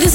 this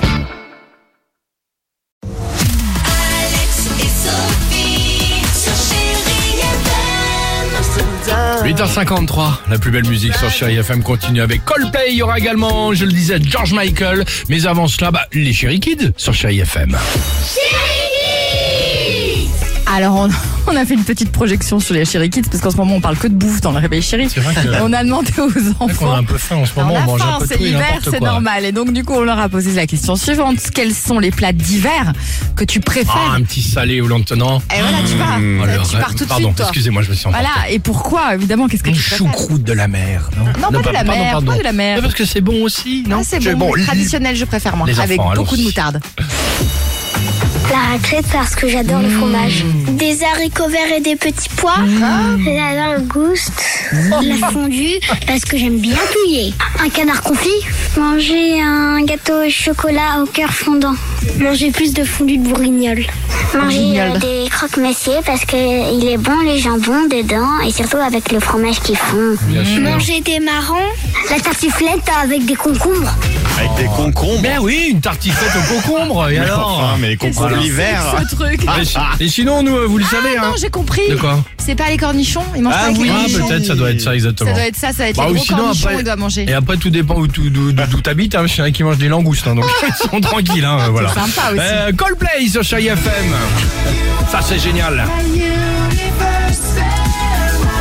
Alex et Sophie sur Chéri FM. 8h53, la plus belle musique sur Chéri FM continue avec Coldplay. Il y aura également, je le disais, George Michael. Mais avant cela, bah, les Chéri Kids sur Chéri FM. Alors, on, on a fait une petite projection sur les Chéri Kids, parce qu'en ce moment, on parle que de bouffe dans le réveil chéri. C'est vrai que- On a demandé aux C'est vrai qu'on a enfants. un peu faim en ce moment, Alors, on mange la un faim, peu c'est tout et hiver, n'importe quoi. c'est normal. Et donc, du coup, on leur a posé la question suivante. Quels sont les plats d'hiver que tu Ah, préfères un petit salé au lantonnant. Et voilà, tu pars. Alors, Bah, hein, tu pars tout de hmm, pardon, Mmh, suite, toi. excusez-moi, je me suis emporté. Voilà, et pourquoi, évidemment, qu'est-ce que Une tu préfères choucroute de la mer. Non, Non, pas de la pardon, mer, pardon. pas de la mer. Mais parce que c'est bon aussi, non Ah, c'est Je- bon, mais traditionnel, je préfère moi, Les avec enfants, beaucoup de allons-y. moutarde. La raclette parce que j'adore le fromage. Des haricots verts et des petits pois. La langouste. La fondue parce que j'aime bien touiller. Un canard confit. Manger un gâteau au chocolat au cœur fondant. Manger plus de fondue de bourguignol. Manger euh, des croque-monsieur parce qu'il est bon les jambons dedans et surtout avec le fromage qu'ils font. Bien sûr. Manger des marrons. La tartiflette avec des concombres. Avec des concombres. Ben oui, une tartiflette au concombre, Mais et alors enfin, mais les concombres Voilà. l'hiver. Ce truc. Mais si- Et sinon, nous, euh, vous le savez, Ah, hein Ah, Non, j'ai compris. De quoi C'est pas les cornichons, ils mangent Ah pas les oui. Ah, cornichons. peut-être, ça doit être ça, exactement. Ça doit être ça, ça va être Bah, les ou gros sinon, cornichons, après- ils doivent manger. Et après, tout dépend où tu- d'où d'où t'habites. Hein. Je sais qui mange des langoustes, hein, donc ils sont tranquilles. Hein, voilà. sympa aussi. Euh, Coldplay sur Chai FM. Ça, c'est génial.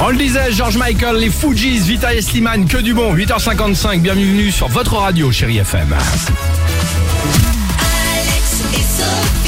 On le disait, George Michael, les Fujis, Vita et Slimane, que du bon. 8h55, bienvenue sur votre radio, chérie FM. Alex et Sophie.